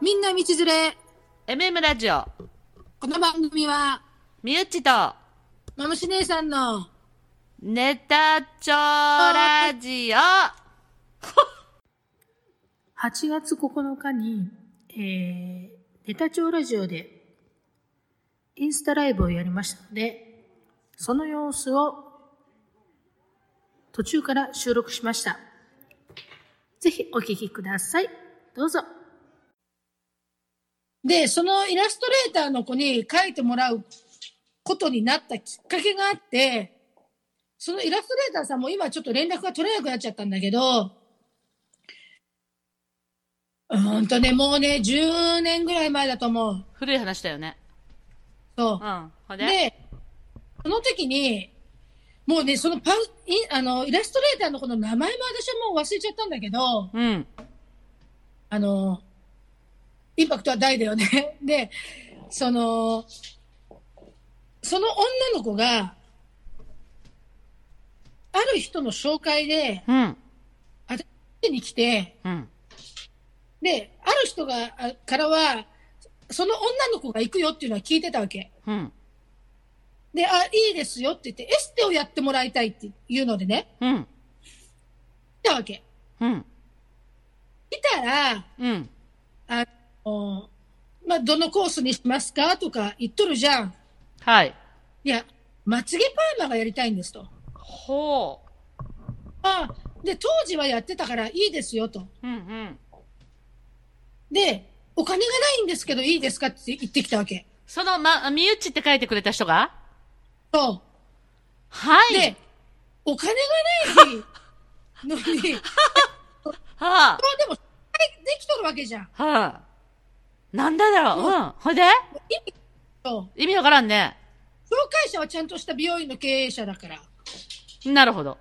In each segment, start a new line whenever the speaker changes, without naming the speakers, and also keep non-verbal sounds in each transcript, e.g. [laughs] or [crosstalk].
みんな道連れ。
MM ラジオ、
この番組は、
みゆっちと、
まむし姉さんの、
ネタ帳ラジオ。
8月9日に、えー、ネタ帳ラジオでインスタライブをやりましたので、その様子を途中から収録しました。ぜひお聞きください。どうぞ。
で、そのイラストレーターの子に書いてもらうことになったきっかけがあって、そのイラストレーターさんも今ちょっと連絡が取れなくなっちゃったんだけど、うーんとね、もうね、10年ぐらい前だと思う。
古い話だよね。
そう
う。ん。ほんで、
で、その時に、もうね、そのパウインあのイラストレーターの子の名前も私はもう忘れちゃったんだけど、
うん。
あの、インパクトは大だよね。 [laughs] で、その、その女の子が、ある人の紹介で、
うん。
私に来て、
うん。
で、ある人が、あからは、その女の子が行くよっていうのは聞いてたわけ。
うん。
で、あ、いいですよって言って、エステをやってもらいたいっていうのでね、
うん。
来たわけ。
うん。
来たら、
うん。
あの、まあ、どのコースにしますかとか言っとるじゃん。
はい。
いや、まつげパーマがやりたいんですと。
ほ
あで、当時はやってたからいいですよと。
う。うんうん。
で、お金がないんですけどいいですかって言ってきたわけ。
その、ま、みゆっちって書いてくれた人が
そ
は
う。
い。
で、お金がないのに、そうで
はあ。
も、できとるわけじゃん。
はあ。なんだだろう。うん。ほんで、
そう
意味わからんね。
紹介者はちゃんとした美容院の経営者だから。
なるほど。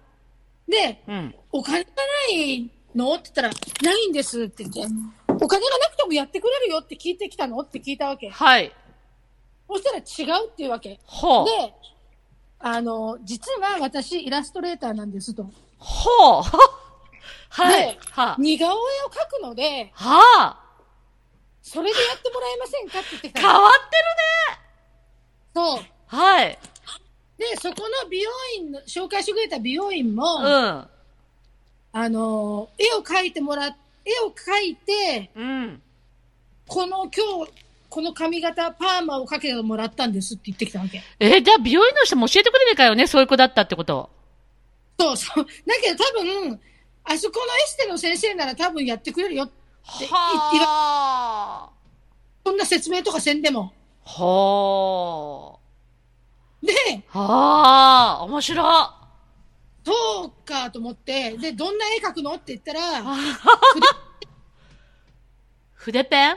で、
うん。
お金がないのって言ったら、ないんですって言って、お金がなくてもやってくれるよって聞いてきたのって聞いたわけ。
はい。
そしたら違うっていうわけ。で、
ほう。
あの、実は私イラストレーターなんですと。
ほう。 [laughs] はい
で。
はあ。
似顔絵を描くので、
はあ。
それでやってもらえませんかって言ってき
変
たの。
わってる
そ
ね。
う。
はい。
で、そこの美容院の、紹介してくれた美容院も、
うん。
あの、絵を描いてもら、絵を描いて、
うん。
この今日、この髪型、パーマをかけてもらったんですって言ってきたわけ。
えーじゃあ美容院の人も教えてくれないかよね、そういう子だったってこと。
そうそう。だけど多分、あそこのエステの先生なら多分やってくれるよ。
はあ。
そんな説明とかせんでも。
は
で、
あ。はあ。面白い。
そうかと思って、で、どんな絵描くのって言ったら、
[laughs] 筆ペン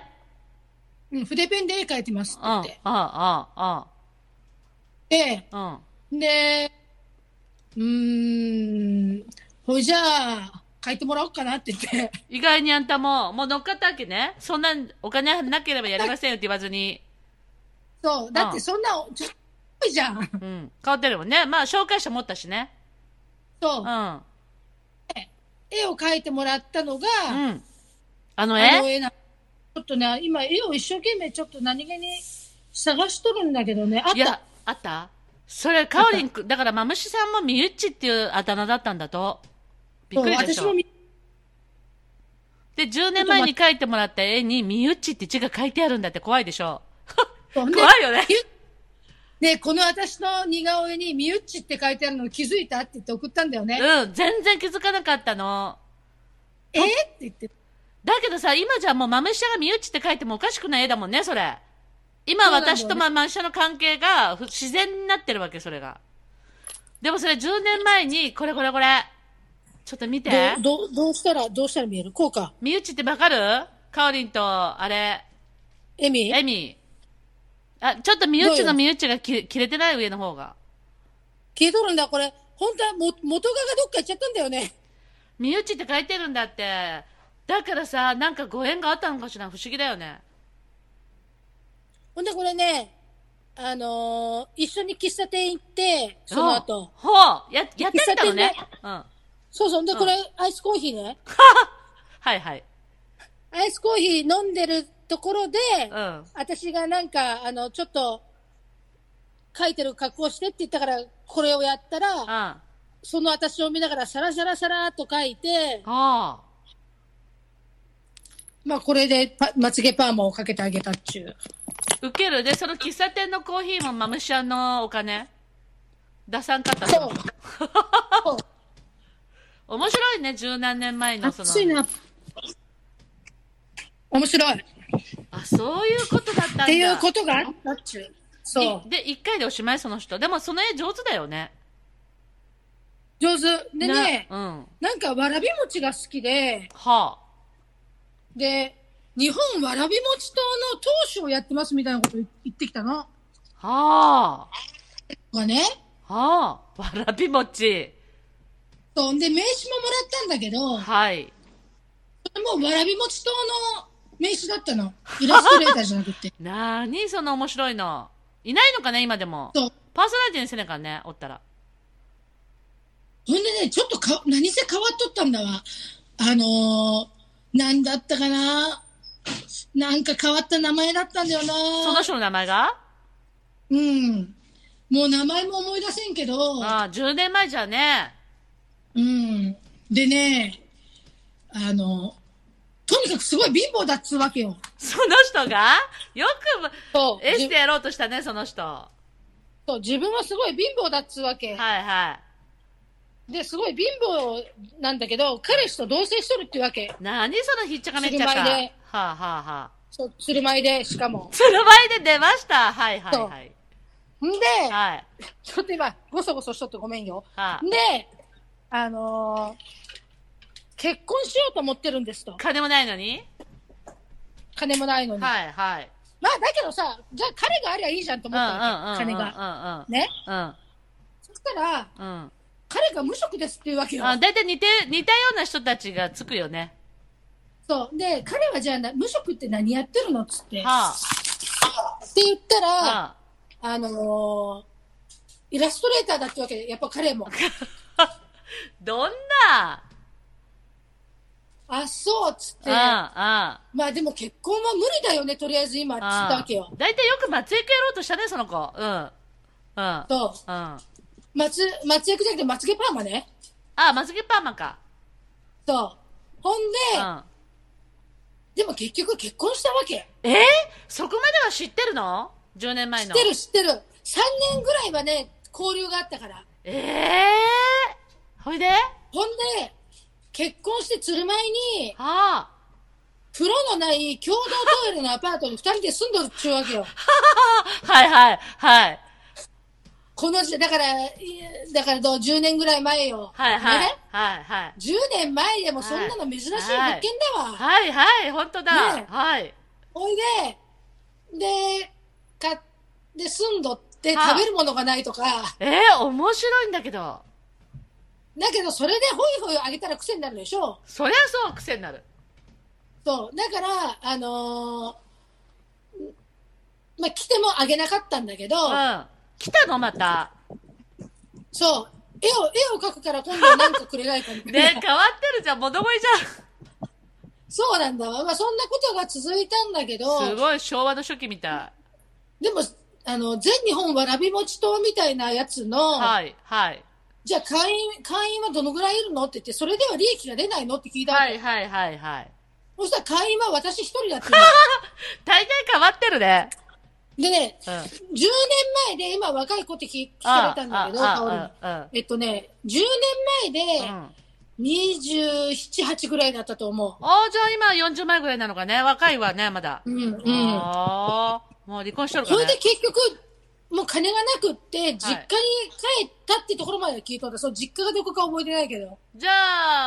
うん、筆ペンで絵描いてます
うん。うん。うん。う
っ
ん
て言って。。
うん
で、で、うーん、ほいじゃあ、描いてもらおうかなって言って。
意外にあんたも、もう乗っかったわけね。そんな、お金なければやりませんよって言わずに。
そう。だっ
う
て
ん
そんな、ちょっと多いじゃん。
うん。変わってるもんね。まあ、紹介者持ったしね。
そうう。
ん。
絵を描いてもらったのが、
うん。あの
あの
絵
絵な、ちょっとね、今絵を一生懸命ちょっと何気に探しとるんだけどね。あっ
い
た
や。、あったそれ、かおりんくん、だから、まむしさんもみゆっちっていうあだ名だったんだと。びっくりでし
そう私
ょ
も。見
で、10年前に描いてもらった絵に、みゆっちって字が書いてあるんだって怖いでしょ。
たね。
怖いよね。
ね、この私の似顔絵に、みゆっちって書いてあるの気づいたって言って送ったんだよね。
うん、全然気づかなかったの。
えーって言って。
だけどさ、今じゃもうまむしゃがみゆっちって書いてもおかしくない絵だもんね、それ。今、
そうなんだよね
私とまむしゃの関係がふ自然になってるわけ、それが。でもそれ10年前に、これこれこれ。ちょっと見て。
どう、どう、どうしたら、どうしたら見えるこうか。
みゆちってわかるかおりんと、あれ、
エミ
エミ。あ、ちょっとみゆ
どう
ちの
よ
みゆちがき切れてない上の方が。
聞いとるんだ、これ。本当はも、元画がどっか行っちゃったんだよね。
みゆちって書いてるんだって。だからさ、なんかご縁があったのかしら不思議だよね。
ほんで、これね、あのー一緒に喫茶店行って、その後。
ほうや、やってみたのね
喫茶。
うん。 [laughs] は
そうそう。で、
ん
これ、アイスコーヒーね。
はいはい。
アイスコーヒー飲んでるところで、
うん。
私がなんか、あの、ちょっと、書いてる格好してって言ったから、これをやったら、
あ
その私を見ながら、サラサラサラっと書いて、
あ。
まあ、これでパ、まつげパーマをかけてあげたっちゅう。
ウケる。で、その喫茶店のコーヒーもマムシャンのお金出さんかった
そう
の。。面白いね、十何年前のその。
熱いな。面白い。っ
あ、そういうことだったんだ。
ていうことがあったっちゅう。そう
い。で、一回でおしまい、その人。でも、その絵上手だよね。
上手。で
な
ね、
うん。
なんかわらび餅が好きで、
は
で、日本わらび餅党の党首をやってますみたいなこと言ってきたの。
あ。は
がね。
あ。はあ。わらび餅。
そう。で、名刺ももらったんだけど、
はい。。
それもわらび餅党の名刺だったの。イラストレーターじゃなくて [laughs]
なーに、その面白いの。いないのかね、今でも。
そう。
パーソナリティにせねえからね、おったら。
ほんでね、ちょっとか、何せ変わっとったんだわ。あのー、なんだったかななんか変わった名前だったんだよな
その人の名前が
うん。もう名前も思い出せんけど、
ああ、10年前じゃね。
うん。でね、あの、とにかくすごい貧乏だっつうわけよ。
その人がよ
そ
く、エス
じ
テやろうとしたね、その人。は
そう自分はすごい貧乏だっつうわけ
い。は
で、すごい貧乏なんだけど、彼氏と同棲しとるってわけ。
い。なにそのひっちゃかめっちゃか。
鶴
は
舞で
あ、はあはあ。
そう、つるまいで、しかも。
鶴舞で出ました。はいはいはい。
んで、
はい。はい。
ちょっと今、ごそごそしとってごめんよ。
あ
ん、で、あのー結婚しようと思ってるんですと。
金もないのに
金もないのに。
はいはい。
まあ、だけどさ、じゃあ彼がありゃいいじゃんと
うん
思
う
っ
ん
たわけ。
うんう
金
ん。
が。ね。
うん
そしたら、
うん。うん。
彼が無職ですっていうわけよ。
あだいたい似て、似たような人たちがつくよね。
そう。で、彼はじゃあな、無職って何やってるのっつって。
は
って言ったら、
あ。
あ
は
のーイラストレーターだってわけで、やっぱ彼も。
あ。どんな
あ、そうっつって。
あ
まあでも結婚は無理だよね、とりあえず今、
あ。
っつっ
あ
た
あ
わけよ。。
だいたいよく松井くやろうとしたね、その子。うん。うん。
そう。
うん。あ、
松、松役じゃなくて、松毛パーマね。
まつげパーマか。
そう。ほんで、
うん。
でも結局結婚したわけ。
えー、そこまでは知ってるの ?10 年
知
前
っ
の。
てる知ってる。3年ぐらいはね、交流があったから。
ええー、ほいでは
ほんで、結婚してつる前に、
あ。
風呂のない共同トイレのアパートに二人で住んどるっちゅうわけよ。
はいはい、はい。
この時代、だから、いだからどう、10年ぐらい前よ。
はいはい
ね。
はいはい。
10年前でもそんなの珍しい物件だ
はい
わ。
はいはい、ほんとだ。
ねえ
はい。
おいで、で、買って住んどって
はい
食べるものがないとか、
えー、面白いんだけど。
だけどそれでホイホイあげたら癖になるでしょ。
そりゃそう、癖になる。
そう。だから、あのーまあ、来てもあげなかったんだけど、
うん。来たのまた。
そう。絵を、絵を描くから今度なんかくれないかみたいな
ね変わってるじゃん、物乞いじ
[laughs] そうなんだわ。まあ、そんなことが続いたんだけど、
ゃん。すごい、昭和の初期みた
でも、あの、全日本わらび餅党みたいなやつの、
い。はい、はい。
じゃあ会員、会員はどのぐらいいるのって言って、それでは利益が出ないのって聞いたわけ
はい、はい、はい、はい。
そしたら会員は私一人だ
[laughs]
って
大概変わってるね。
言うのでね、
うん。
10年前で今若い子って聞聞か
あ
れたんだけど、
あ
香織に
ああ
えっとね、10年
あ
前
う
で
ん。
27、8ぐらいだったと思
ああ、じゃあ今40前ぐらいなのかね。若いわね、まだ。
う。うん、うん。
ああ、もう離婚しとるか
そ
ね。
れで結局、もう金がなくって、実家に帰ったってところまで聞いとった。そう、実家がどこか覚えてないけど、
じゃ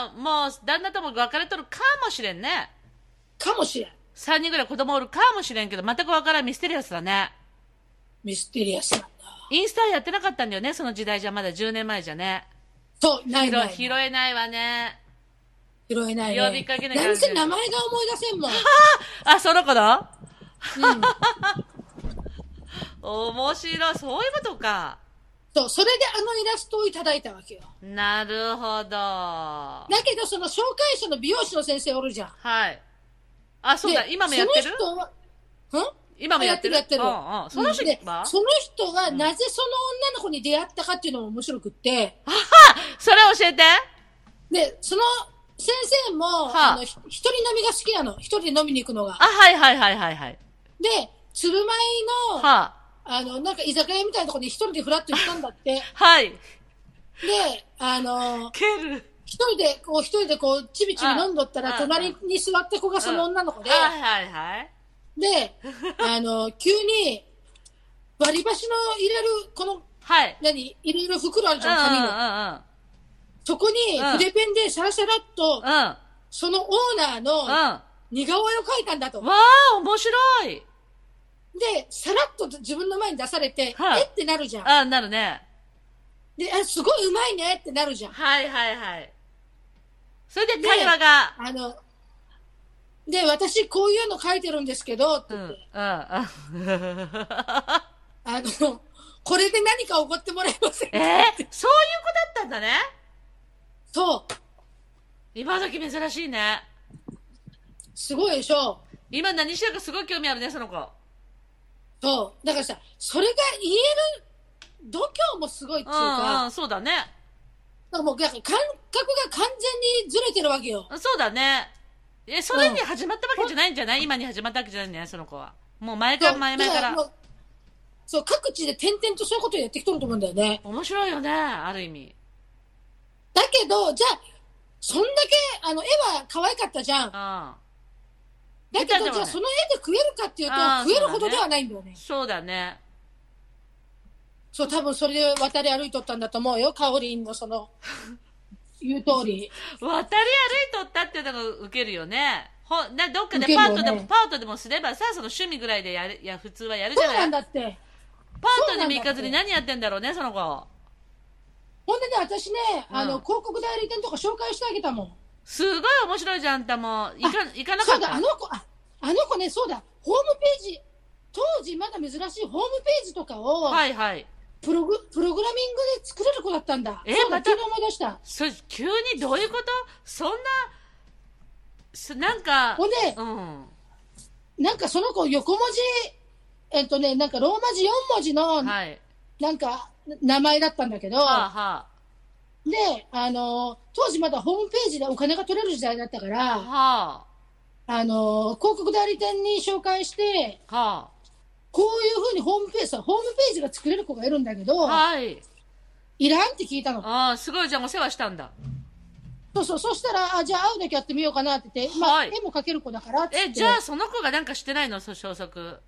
あ、もう、旦那とも別れとるかもしれんね。
かもしれん。
3人ぐらい子供おるかもしれんけど、全く分からんミステリアスだね。
ミステリアスなんだ。
インスタやってなかったんだよね、その時代じゃ。まだ10年前じゃね。
そう、ない
拾
ない。
拾えないわね。
拾えない、ね。
呼びかけない
なんせ名前が思い出
[laughs]
せんもん。
あ、その子の
うん、
面白い。そういうことか。
そう、それであのイラストをいただいたわけよ。
なるほど。は
だけど、その紹介者の美容師の先生おるじゃん。
い。あ、そうだ、
で
今もやってる
その人は、ん
今もやってる
やってる
う
やってる
んうん。その人
で
は
その人がなぜその女の子に出会ったかっていうのも面白くって、
それ教えて。
で、その先生も、
はあ
あの、ひ一人飲みが好きなの。一人で飲みに行くのが
あ、。はいはいはいはいはい。
で、鶴舞の、
は
あの、なんか居酒屋みたいなところに一人でフラッと行ったんだって。
[laughs] あ、はい。
で、あの、
蹴る。
一人で、こう、一人でこう、ちびちび飲んどった
あ
ら、
あ
隣に座った子がその女の子で、
はいはいはい。
で、あの、急に、割り箸の入れる、この、
はい。
何入れる袋あるじゃん、紙の。
う
そこに、
うん
筆ペンでシャラシャラっと、
んうんうん。うん。うん。
そのオーナー
うん。
の
わ
似顔絵を描いたんだと。
あ、面白い。
で、さらっと自分の前に出されて、
はい
えってなるじゃん。
あなるね。
で、あ、すごいうまいねってなるじゃん。
はいはいはい。それで
で
会話が。
あの、で、私こういうの書いてるんですけど、って
う
言
ん。う
っ
ん。 [laughs]
て
うん。あ
あの、これで何かおごってもらえません
え
か
ー、そういう子だったんだね。
そう。
今時珍しいね。
すごいでしょ
今何してるかすごい興味あるね、その子。
そう。だからさ、それが言える度胸もすごいっていううか、
んうん、そうだね。
なんかもうなんか感覚が完全にずれてるわけよ。
そうだね。え、それに始まったわけじゃないんじゃない今に始まったわけじゃないんじゃないその子は。もう前から前々か
だも
ら。
うそう、各地で転々とそういうことをやってきとると思うんだよね。
面白いよね、ある意味。
だけど、じゃあ、そんだけ、あの、絵は可愛かったじゃん。だ
うん。
け
下手
ど、
で
じ
はな
ゃ
い
あその絵で食えるかっていうと
あー、
食える
そう
ほ
だ
ど
ね
ではないんだよね。
そうだね。
そう、多分それで渡り歩いとったんだと思うよ、カオリンのそ
[laughs]
の、言う通り。
渡り歩いとったっていうのがウケるよね。ほなどっかで
ウケる
パ
よね
ートでも、パートでもすればさ、その趣味ぐらいでやる、いや、普通はやるじ
そ
ゃ
うな
ない
んだって。
パートにも行かずに何やってんだろうね、その子。
ほんでね、私ね、
うん
あの、広告代理店とか紹介してあげたもん。
すごい面白いじゃん、あんたも。行か、行かなか
そ
っ
うだ、
た
あ。の子、あ、あの子ね、そうだ、ホームページ、当時まだ珍しいホームページとかを、
はいはい。
プログ、プログラミングで作れる子だったんだ。
え
そうだ、
また
昨日思い出した。
そ、急にどういうことそんな、そなんか、
ほんで、
うん。
なんかその子、横文字、えっとね、なんかローマ字4文字の、
はい。
なんか、名前だったんだけど、
はあは
で、あの、当時まだホームページでお金が取れる時代だったか
あ。
ら、
は
あの、広告代理店に紹介して、
あ。は
こういうふうにホームページさ、ホームページが作れる子がいるんだけど
あ。、はい。
いらんって聞いたの。
ああ、すごい、じゃあお世話したんだ。
そうそう、そしたら、あ、じゃあ会うだけやってみようかなって言って、ま
は
あ、
い
絵も描ける子だからって言って。
え、じゃあその子がなんかしてないのそ消息。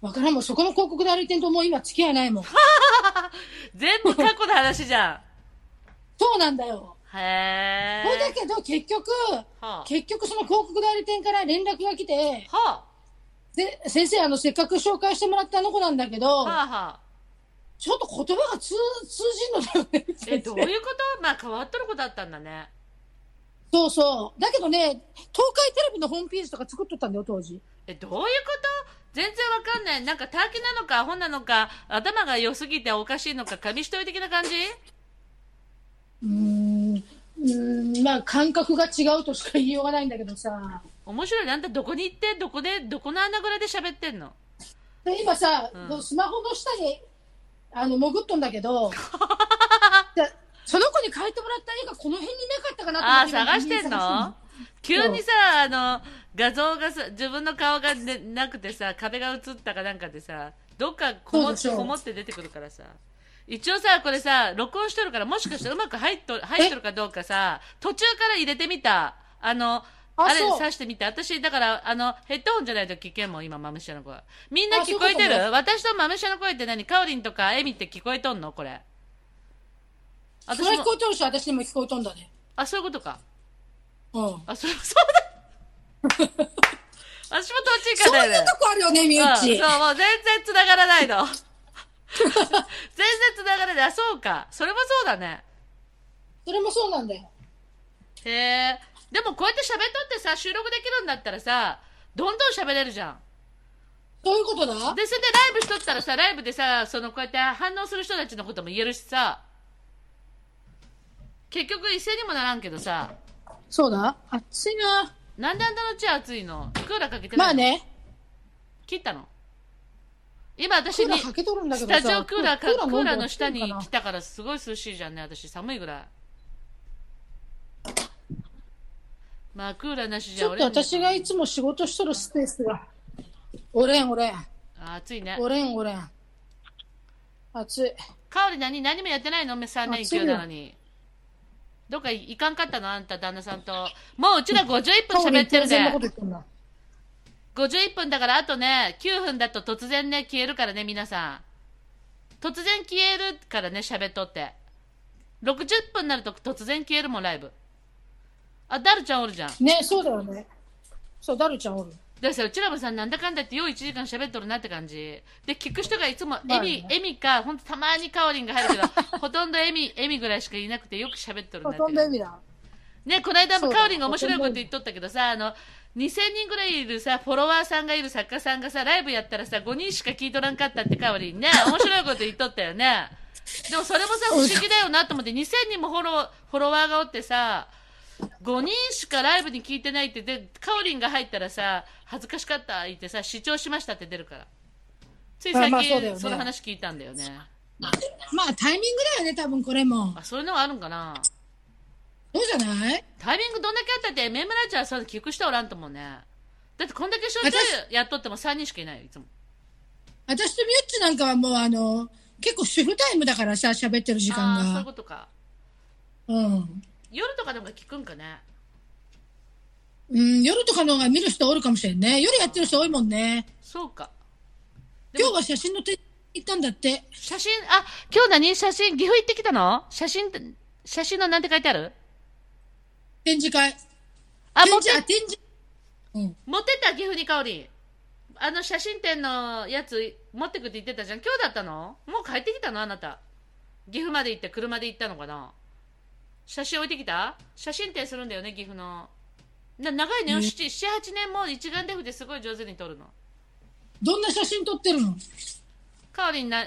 わからんもん、そこの広告代理店ともう今付き合いないもん。
全部過去の話じゃん。
そうなんだよ。
へえ。
ほいだけど、結局、
はあ。
結局その広告代理店から連絡が来て、
は
で、先生、あの、せっかく紹介してもらったあの子なんだけど
あ。、はあはあ。
ちょっと言葉が通、通じんのだよね。
え、
先
ど
生
ういうことまあ変わっとる子だったんだね。
そうそう。だけどね、東海テレビのホームページとか作っとったんだよ、当時。
え、どういうこと全然わかんない。なんか、ターキなのか、本なのか、頭が良すぎておかしいのか、紙一重的な感じ
うーん、うーん、まあ、感覚が違うとしか言いようがないんだけどさ。
面白いね。あんたどこに行って、どこで、どこの穴蔵で喋ってんの
で今さ、
うん
スマホの下に、あの、潜っとんだけ
[laughs]
ど、でその子に描いてもらった絵がこの辺になかったかな
ああ、
と思って。
探してんの急にさ、あの、画像がさ、自分の顔が、ね、なくてさ、壁が映ったかなんかでさ、どっかこ
そう
も
でしょう
こもって出てくるからさ。一応さ、これさ、録音しとるから、もしかしてうまく入っと、入っとるかどうかさ、途中から入れてみた。あの、あ
あ
れ
そう
刺してみて。私、だから、あの、ヘッドホンじゃないと聞けんもん、今、マムシアの声。みんな
あそうい
聞
う
こえ
こ
て
と
る
ね
私とマムシアの声って何カオリンとかエミって聞こえとんのこれ。
そ
私
れは聞
も
こ、えとるし、私にも聞こえとんだね。
あ、そういうことか。
うん。
あ、それ、そう [laughs] だ。私もどっちか
そう
だよ
い
ね。
うとこあるよね、みゆ
うん、そう、
ち。
もう全然繋がらないの。 [laughs] 全然繋がらない。あ、そうか。それもそうだね。
それもそうなんだよ。
へえ。でもこうやって喋っとってさ、収録できるんだったらさ、どんどん喋れるじゃん。
そういうことだ
で、それでライブしとったらさ、ライブでさ、そのこうやって反応する人たちのことも言えるしさ、結局一斉にもならんけどさ、
そうだ暑いな。
なんであんたの家暑いのクーラーかけてないの
まあ。ね、
切ったの今私
クーラ
に
ーかけとるんだけ
ス
どさ。
タジオクーラーか、ク
もんで
ーラー
も
の下に
落
来
ちてるか
たからすごい涼しいじゃんね、私寒いぐらい。まあクーラーなし
な
じ
ちょ
ゃ
っ
俺
と私がいつも仕事しとるスペースが、おれんおれん、
あ暑いね。
おれんおれん。暑い。
香り何何もやってないのめ3連休なのに。どっか行かんかったのあんた旦那さんと。もううちら51分喋ってる
そんなこ。
で
と言ってんだ。
51分だからあとね、9分だと突然ね、消えるからね、皆さん。突然消えるからね、喋っとって。60分になると突然消えるもん、ライブ。あ、ダルちゃんおるじゃん。
ね、そうだよね。そう、ダルちゃんおる。
でさ、うちらもさ、なんだかんだ言ってよう1時間喋っとるなって感じ。で、聞く人がいつも
ま
エ
あね
ミ、エミか、ほんとたまにカオリンが入るけど、ほとんどエミ、エミぐらいしかいなくてよく喋っとる
ほ
なって
とんど意味だ。
ね、この間
そ
も
うだ
カオリンが面白いこと言っとったけどさ、あの、2000人ぐらいいるさ、フォロワーさんがいる作家さんがさ、ライブやったらさ、5人しか聞いとらんかったってカオリンね、面白いこと言っとったよね。でもそれもさ、不思議だよなと思って、2000人もフォローフォロワーがおってさ、5人しかライブに聞いてないって、で、カオリンが入ったらさ、恥ずかしかった言ってさ、視聴しましたって出るから。つい最近、
まあまあそうだよね
その話聞いたんだよね。
まあ、タイミングだよね、多分これも。
あ、そういうのがあるんかな
そうじゃない
タイミングどんだけあったって、メムラちゃんはそんな聞く人おらんと思うね。だってこんだけしょっちゅうやっとっても3人しかいないよ、いつも。
私とミュッチなんかはもうあの、結構主婦タイムだからさ、喋ってる時
ああー、そう
間
いう
が。
ことか。
うん。
夜とかでも聞くんかね。
うん、夜とかの方が見る人おるかもしれんね。夜やってる人多いもんね。
そうか。で
今
も
日は写真の展示行ったんだって。
写真、あ、今日何写真、岐阜行ってきたの写真、写真のなんて書いてある
展示会。
あ、持
展
っ
示、あ、
て、
展示。うん。
持ってった岐阜に香り。あの写真展のやつ持ってくって言ってたじゃん。今日だったのもう帰ってきたのあなた。岐阜まで行って車で行ったのかな写真置いてきた写真展するんだよね、岐阜の。な長いのよ、
ね
7、7 8年も一眼レフですごい上手に撮るの。
どんな写真撮ってるの
かおりんな、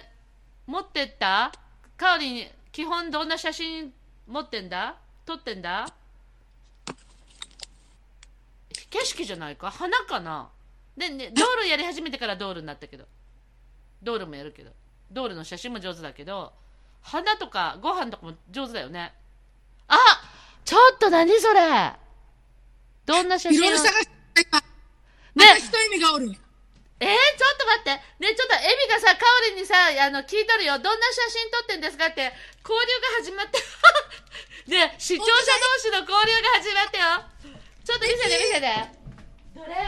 持ってったかおりん、基本どんな写真持ってんだ撮ってんだ景色じゃないか花かなで、ね、ドールやり始めてからドールになったけど。ドールもやるけど。ドールの写真も上手だけど、花とかご飯とかも上手だよね。あちょっと何それどんな写
い
真
ろい
を
ろ探してた今。
ね
また一意味がおる。
えー、ちょっと待って。ね、ちょっと、エミがさ、カオリンにさ、あの、聞いとるよ。どんな写真撮ってんですかって、交流が始まって。 [laughs] ね、視聴者同士の交流が始まったよ。ちょっと見せて、見せて。どれ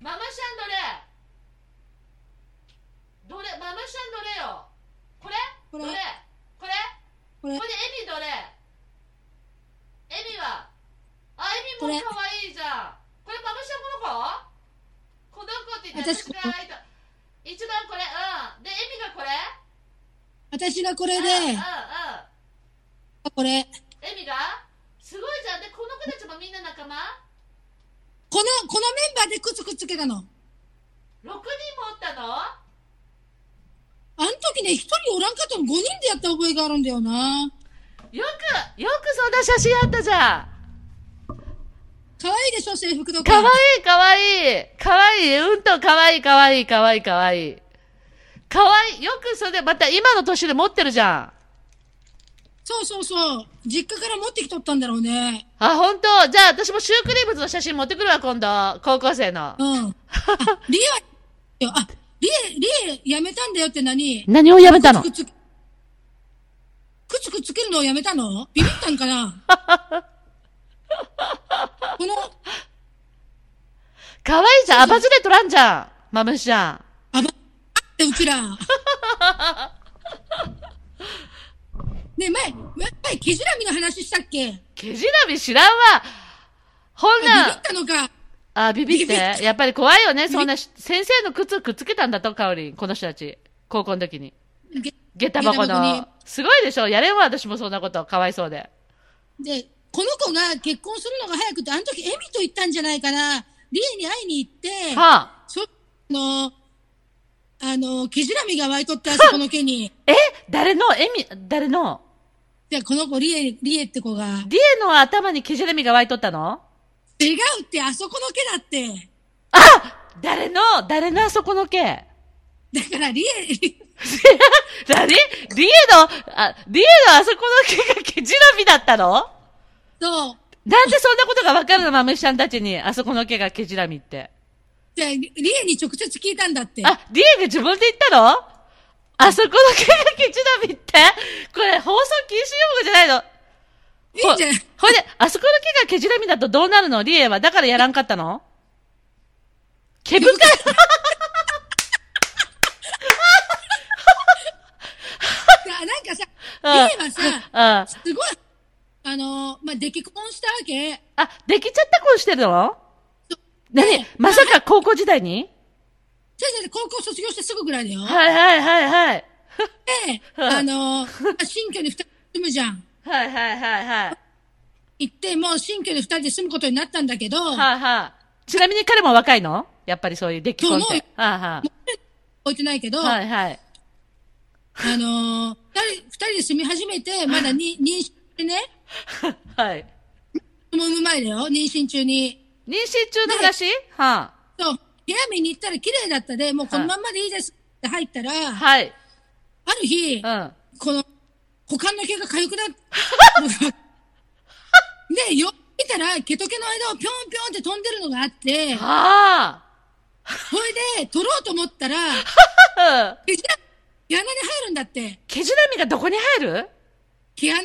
ママシャンどれどれママシャンどれよこれ
これ
どれこれ
これ
これ、エミどれエミはあ、エ
こ
ミ
れ
も可愛いじゃん。これ、マムシャこの子この子って言って、
私
私が開いた。一番これ、うん。で、エミがこれ
私がこれ
うん
で、
うん、うん。
これ。
エミがすごいじゃん。で、この子たちもみんな仲間
この、このメンバーでくっつくっつけたの。
?6 人もおったの
あの時ね、一人おらんかったの5人でやった覚えがあるんだよな。
よく、よくそんな写真あったじゃん。
可愛いでしょ、制服とか。
かわいい、かわいい。かわいい。うんと、かわいい、かわいい、かわいい、かわいい。かわいい。よくそれで、また今の年で持ってるじゃん。
そうそうそう。実家から持ってきとったんだろうね。
あ、本当。じゃあ、私もシュークリームズの写真持ってくるわ、今度。高校生の
う。ん。あリエは、あ、リエ、リエ、やめたんだよって何
何をやめたの
くっつく、くつくつけるのをやめたのビビったんか
[laughs]
なこの、
可愛いじゃん。アバズレ取らんじゃん。マムシちゃん。
あば、あって、うちら。
[laughs]
ねえ、前、前、ケジラミの話したっけビビっ
ケジラビ知らんわ。ほんなら、
たのか。
あ、ビビ
ビ
っ
ビ
て。やっぱり怖いよね。そんなし、先生の靴くっつけたんだと、カオリン。この人たち。高校の時に。
げ
下駄箱
下駄箱に
の。すごいでしょ。やれんわ、私もそんなこと。かわいそうで。
で、この子が結婚するのが早くて、あの時エミと言ったんじゃないかな。リエに会いに行って、
はあ。
そ、あの、
[laughs]
あの、ケジラミが湧いとった、そこの家に。
え誰のエミ、誰の
で、この子、リエ、リエって子が、
リエの頭に毛じゃらみが湧いとったの
違うって、あそこの毛だって。
誰の誰のあそこの毛
だから、リエ、
何リエの、あ、リエのあそこの毛が毛じらみだったの
そう。
なんでそんなことがわかるのまむしちゃんたちに、あそこの毛が毛じらみって。
じゃあリリエに直接聞いたんだって。
あ、リエが自分で言ったのあそこの毛が毛じらみってこれ放送禁止用語じゃないの
いいじゃん。
ほいで、あそこの毛が毛じらみだとどうなるのリエは。だからやらんかったの毛深い
なんかさ、
うん
リエはさ、
あ
すごい、あのーまあ、出来婚したわけ。
あ、できちゃった子してるの何
ね
まさか高校時代に
先生で高校卒業してすぐぐらいだよ。
[laughs] はいはいはいはい。
で、あのーまあ新居に二人住むじゃん。
はいはいはいはい。
行って、もう新居に二人で住むことになったんだけど、
はいはい。ちなみに彼も若いのやっぱりそういうデッキコン
そう思う
っ
よ
て。はいは
置いてないけど、
い。はいはい。
あのー二人、二人で住み始めて、まだに、妊娠してね、
はい。
子供産む前だよ、妊娠中に。
妊娠中の話は
そう、部屋見に行ったら綺麗だったで、もうこのまんまでいいですって入ったら、
あ、はい。
ある日、
うん。
この、股間の毛が痒くな
[laughs]
っで、よ、見たら、毛と毛の間をぴょんぴょんって飛んでるのがあ
[laughs]
って、
は
それで、取ろうと思った
[laughs]
ら、
あ。 [laughs]
毛穴毛穴に入るんだって。
毛じらみがどこに入る
毛穴。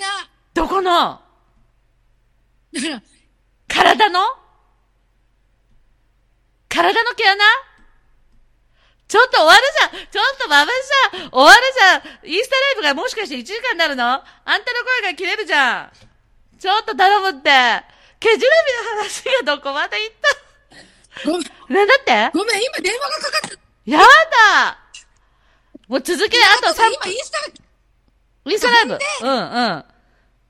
どこの
だから、
体の体の毛穴ちょっと終わるじゃんちょっとまぶさん終わるじゃんインスタライブがもしかして1時間になるのあんたの声が切れるじゃんちょっと頼むって毛じらみの話がどこまで行っ
ごめん、
たね、だって
ごめん、今電話がかかった。
やだもう続け、あと3
今インスタが、
分インスタライブうんうん。だか
ほん、
ら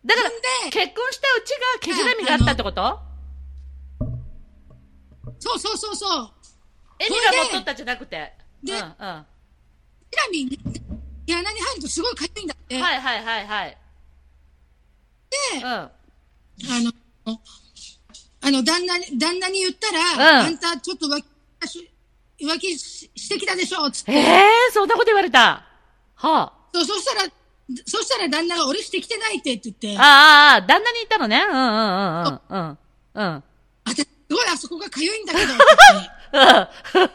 で
結婚したうちが毛じらみがあったってこと
そうそうそうそう。
エミが持っとったじゃなくて。
で
うんうん。
ちなみに、毛穴に入るとすごい痒いんだって。
はいはいはいはい。
で、
うん。
あの、あの、旦那に、旦那に言った
う
ら、
ん
あんたちょっと浮気し、浮気ししてきたでしょ、つって。
ええー、そんなこと言われた。は
そう、そしたら、そしたら旦那が俺してきてないってって言っ
あ。あ
て、
あ、ああ、旦那に言ったのね。うんうんうんうん。うん。うん。
私、すごいあそこが痒いんだけど、って言
[laughs]
っておそ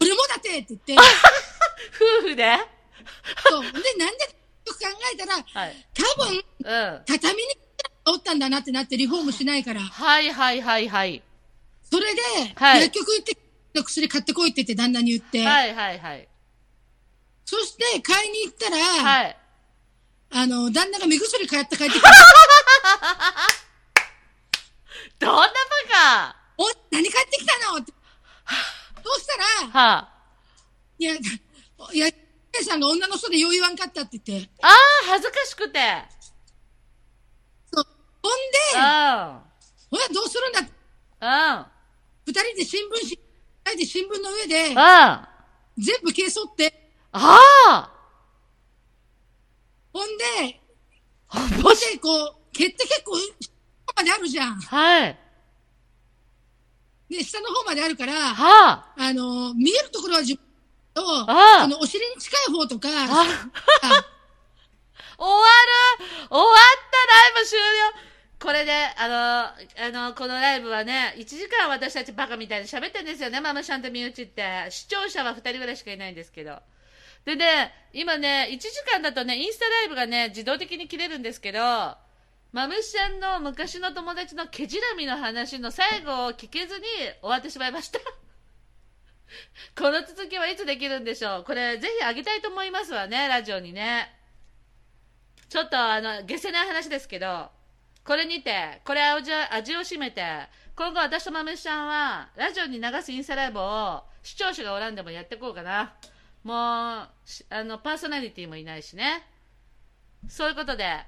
俺もだってって言って、
夫婦では
そう。で、なんで、よく考えたら、
い。
多分、
うん。は
畳におったんだなってなってリフォームしないから、
いはいはいはい。
それで、
はい
薬局行って、薬買ってこいって言って旦那に言って、
はいはいはい。
そして買いに行ったら、
はい。 [laughs]
あの、旦那が目薬買って帰ってきて、
どんなバカ
お、何買ってきたのって。そうしたら、
はあ。
いや、いや、姉さんが女の人でよう言わんかったって言って、
ああ、恥ずかしくて。
そうほん
う
で
ん。、う
俺はどうするんだって
ん。
二人で新聞紙、書いて新聞の上で
うん。、あ
全部消えそって、
あ
ほんで、
ー
もし、こう、毛って結構、下まであるじゃん。
はい。
で、下の方まであるから、
はあ。
あのー見えるところは自分と、
ああ
そのお尻に近い方とか、
あ終わる終わったライブ終了これで、あの、あの、このライブはね、1時間私たちバカみたいに喋ってんですよね、マムシャンとミューチって。視聴者は2人ぐらいしかいないんですけど。でね、今ね、1時間だとね、インスタライブがね、自動的に切れるんですけど、マムシャンの昔の友達の毛じらみの話の最後を聞けずに終わってしまいました。 [laughs] この続きはいつできるんでしょうこれ、ぜひあげたいと思いますわね、ラジオにね。ちょっとあの、下世な話ですけど、これにて、これ味を味を占めて、今後私とまめしちゃんは、ラジオに流すインスタライブを、視聴者がおらんでもやってこうかな。もう、しあの、パーソナリティもいないしね。そういうことで、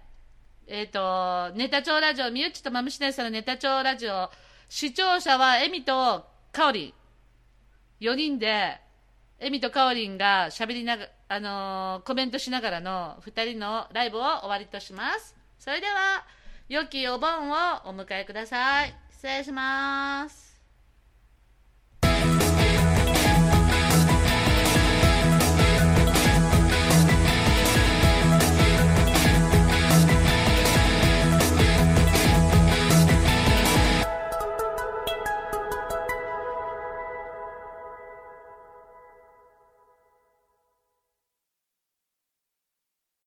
えっ、と、ネタ帳ラジオ、みゆっちとまむしねさんのネタ帳ラジオ、視聴者はエミとかおりん。4人で、エミとかおりんが喋りながあのーコメントしながらの2人のライブを終わりとします。それでは、良きお盆をお迎えください。失礼します。